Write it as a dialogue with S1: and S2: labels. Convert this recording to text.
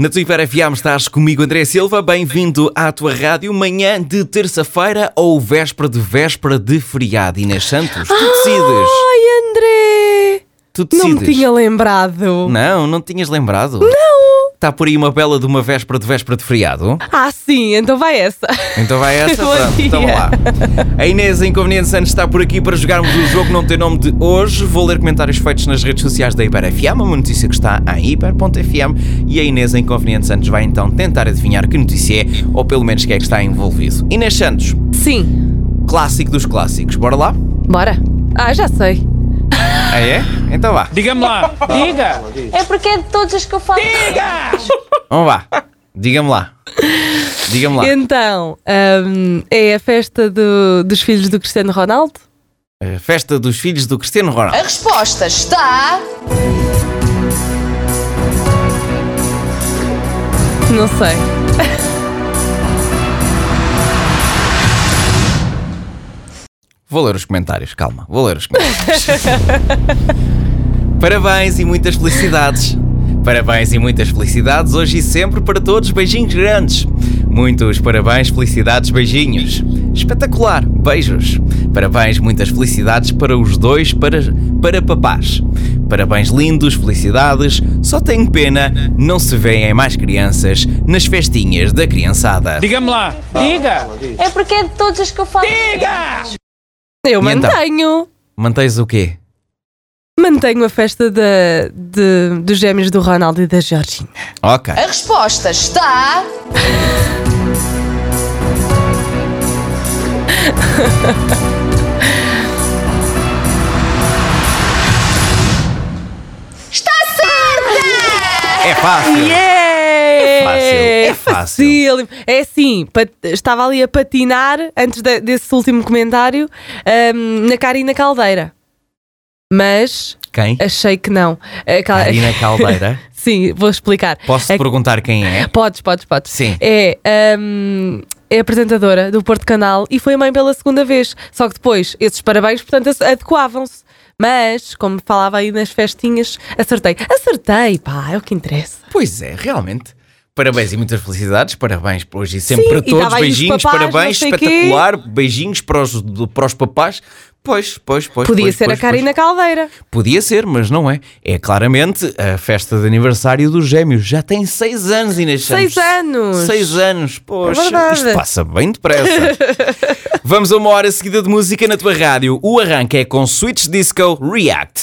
S1: Na tua FM estás comigo, André Silva. Bem-vindo à tua rádio. Manhã de terça-feira ou véspera de véspera de feriado. Inês Santos, tu decides.
S2: Ai, André!
S1: Tu decides.
S2: Não me tinha lembrado.
S1: Não, não tinhas lembrado? Não! Está por aí uma bela de uma véspera de véspera de feriado?
S2: Ah, sim, então vai essa.
S1: Então vai essa,
S2: Bom
S1: pronto,
S2: dia.
S1: então vá lá. A Inês Inconveniente Santos está por aqui para jogarmos o jogo não tem nome de hoje. Vou ler comentários feitos nas redes sociais da Iber FM, uma notícia que está em iber.fm e a Inês Inconveniente Santos vai então tentar adivinhar que notícia é, ou pelo menos quem é que está envolvido. Inês Santos,
S2: Sim,
S1: clássico dos clássicos, bora lá?
S2: bora. Ah, já sei.
S1: Ah é? Então vá,
S3: Diga-me lá. Diga.
S4: É porque é de todos os que eu falo.
S1: vamos lá, diga-me lá, diga-me lá.
S2: Então, hum, é a festa do- dos filhos do Cristiano Ronaldo?
S1: A Eh, Festa dos filhos do Cristiano Ronaldo.
S4: A resposta está.
S2: Não sei.
S1: Vou ler os comentários, calma, vou ler os comentários. Parabéns e muitas felicidades. Parabéns e muitas felicidades hoje e sempre para todos. Beijinhos grandes. Muitos parabéns, felicidades, beijinhos. Espetacular, beijos. Parabéns, muitas felicidades para os dois, para, para papás. Parabéns, lindos, felicidades. Só tenho pena, não se veem mais crianças nas festinhas da criançada.
S3: Diga-me lá. Diga.
S4: É porque é de todos os que eu falo.
S2: Eu
S1: E então?
S2: mantenho.
S1: Mantens o quê?
S2: Mantenho a festa da- de- dos gêmeos do Ronaldo e da Georgina.
S1: Ok.
S4: A resposta está.
S1: É fácil.
S2: É
S1: fácil, é fácil.
S2: facílimo. É assim, pat- estava ali a patinar antes de- desse último comentário hum, na Karina Caldeira. Mas
S1: Quem?
S2: achei que não. A Cal-
S1: Karina Caldeira.
S2: Sim, vou explicar.
S1: Posso
S2: A-
S1: te perguntar quem é?
S2: Podes, podes, podes.
S1: Sim.
S2: É, hum, é apresentadora do Porto Canal e foi mãe pela segunda vez. Só que depois, esses parabéns, portanto, as- adequavam-se. Mas, como falava aí nas festinhas, acertei. Acertei, pá, é o que interessa.
S1: Pois é, realmente. Parabéns e muitas felicidades. Parabéns por hoje e sempre
S2: Sim,
S1: para
S2: e
S1: todos.
S2: tava aí os
S1: Beijinhos,
S2: papás,
S1: parabéns,
S2: não sei quê.
S1: espetacular. Beijinhos para os, para os papás. Pois, pois, pois.
S2: Podia
S1: pois,
S2: ser
S1: pois,
S2: a Karina Caldeira.
S1: pois. Podia ser, mas não é. É claramente a festa de aniversário dos gêmeos. Já tem seis anos, Inês
S2: Seis
S1: Santos.
S2: anos. É
S1: Seis anos. Poxa,
S2: verdade.
S1: isto passa bem depressa. Vamos a uma hora seguida de música na tua rádio. O arranque é com Switch Disco React.